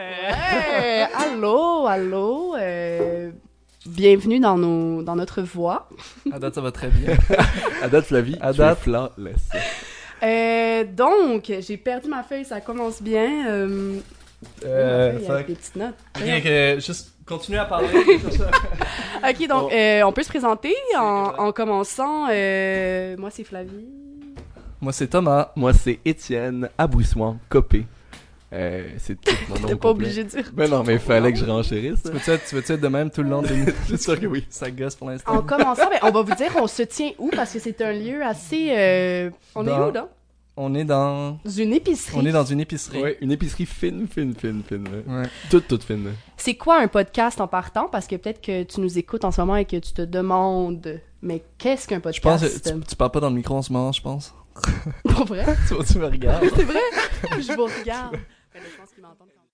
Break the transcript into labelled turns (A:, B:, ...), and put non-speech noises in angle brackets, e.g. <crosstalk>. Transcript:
A: Ouais, allô, allô. euh, bienvenue dans, nos, dans notre voix.
B: À date, Ah, ça va très bien.
C: À date, Flavie,
B: À
C: tu
B: date.
C: es flawless.
A: Euh, donc, j'ai perdu ma feuille, ça commence bien. Euh, ma
B: Euh,
A: feuille
B: ça-
A: avec des petites notes.
B: Rien que juste continuer à parler. Je
A: <laughs> Ok,
B: Bon.
A: donc euh, on peut se présenter en,
B: exact.
A: en commençant. euh, moi, c'est Flavie.
B: Moi, c'est Thomas.
C: Moi, c'est Étienne Aboussoin Copé. Euh, c'est tout mon
A: <laughs>
C: nom
A: T'es pas
C: complet.
A: obligé de dire.
C: Ben non, mais il fallait que je renchérisse.
B: Tu veux-tu être, tu veux-tu être de même tout le long de l'émission?
C: <laughs> C'est sûr que oui.
B: <laughs> Ça gosse pour l'instant.
A: En commençant, ben, on va vous dire on se tient où parce que c'est un lieu assez. euh, on est
B: Dans-
A: où, là
B: On est dans...
A: Dans Une épicerie.
B: On est dans une épicerie.
C: Ouais, une épicerie fine, fine, fine, fine. ouais.
B: Ouais.
C: Toute, toute fine.
A: C'est quoi un podcast en partant Parce que peut-être que tu nous écoutes en ce moment et que tu te demandes, mais qu'est-ce qu'un
B: Je pense
A: podcast
B: que tu, tu parles pas dans le micro en ce moment, je pense.
A: <laughs> Pour vrai
B: <laughs> tu, tu me regardes.
A: C'est vrai Je vous regarde. Mais je pense qu'ils m'entendent quand même.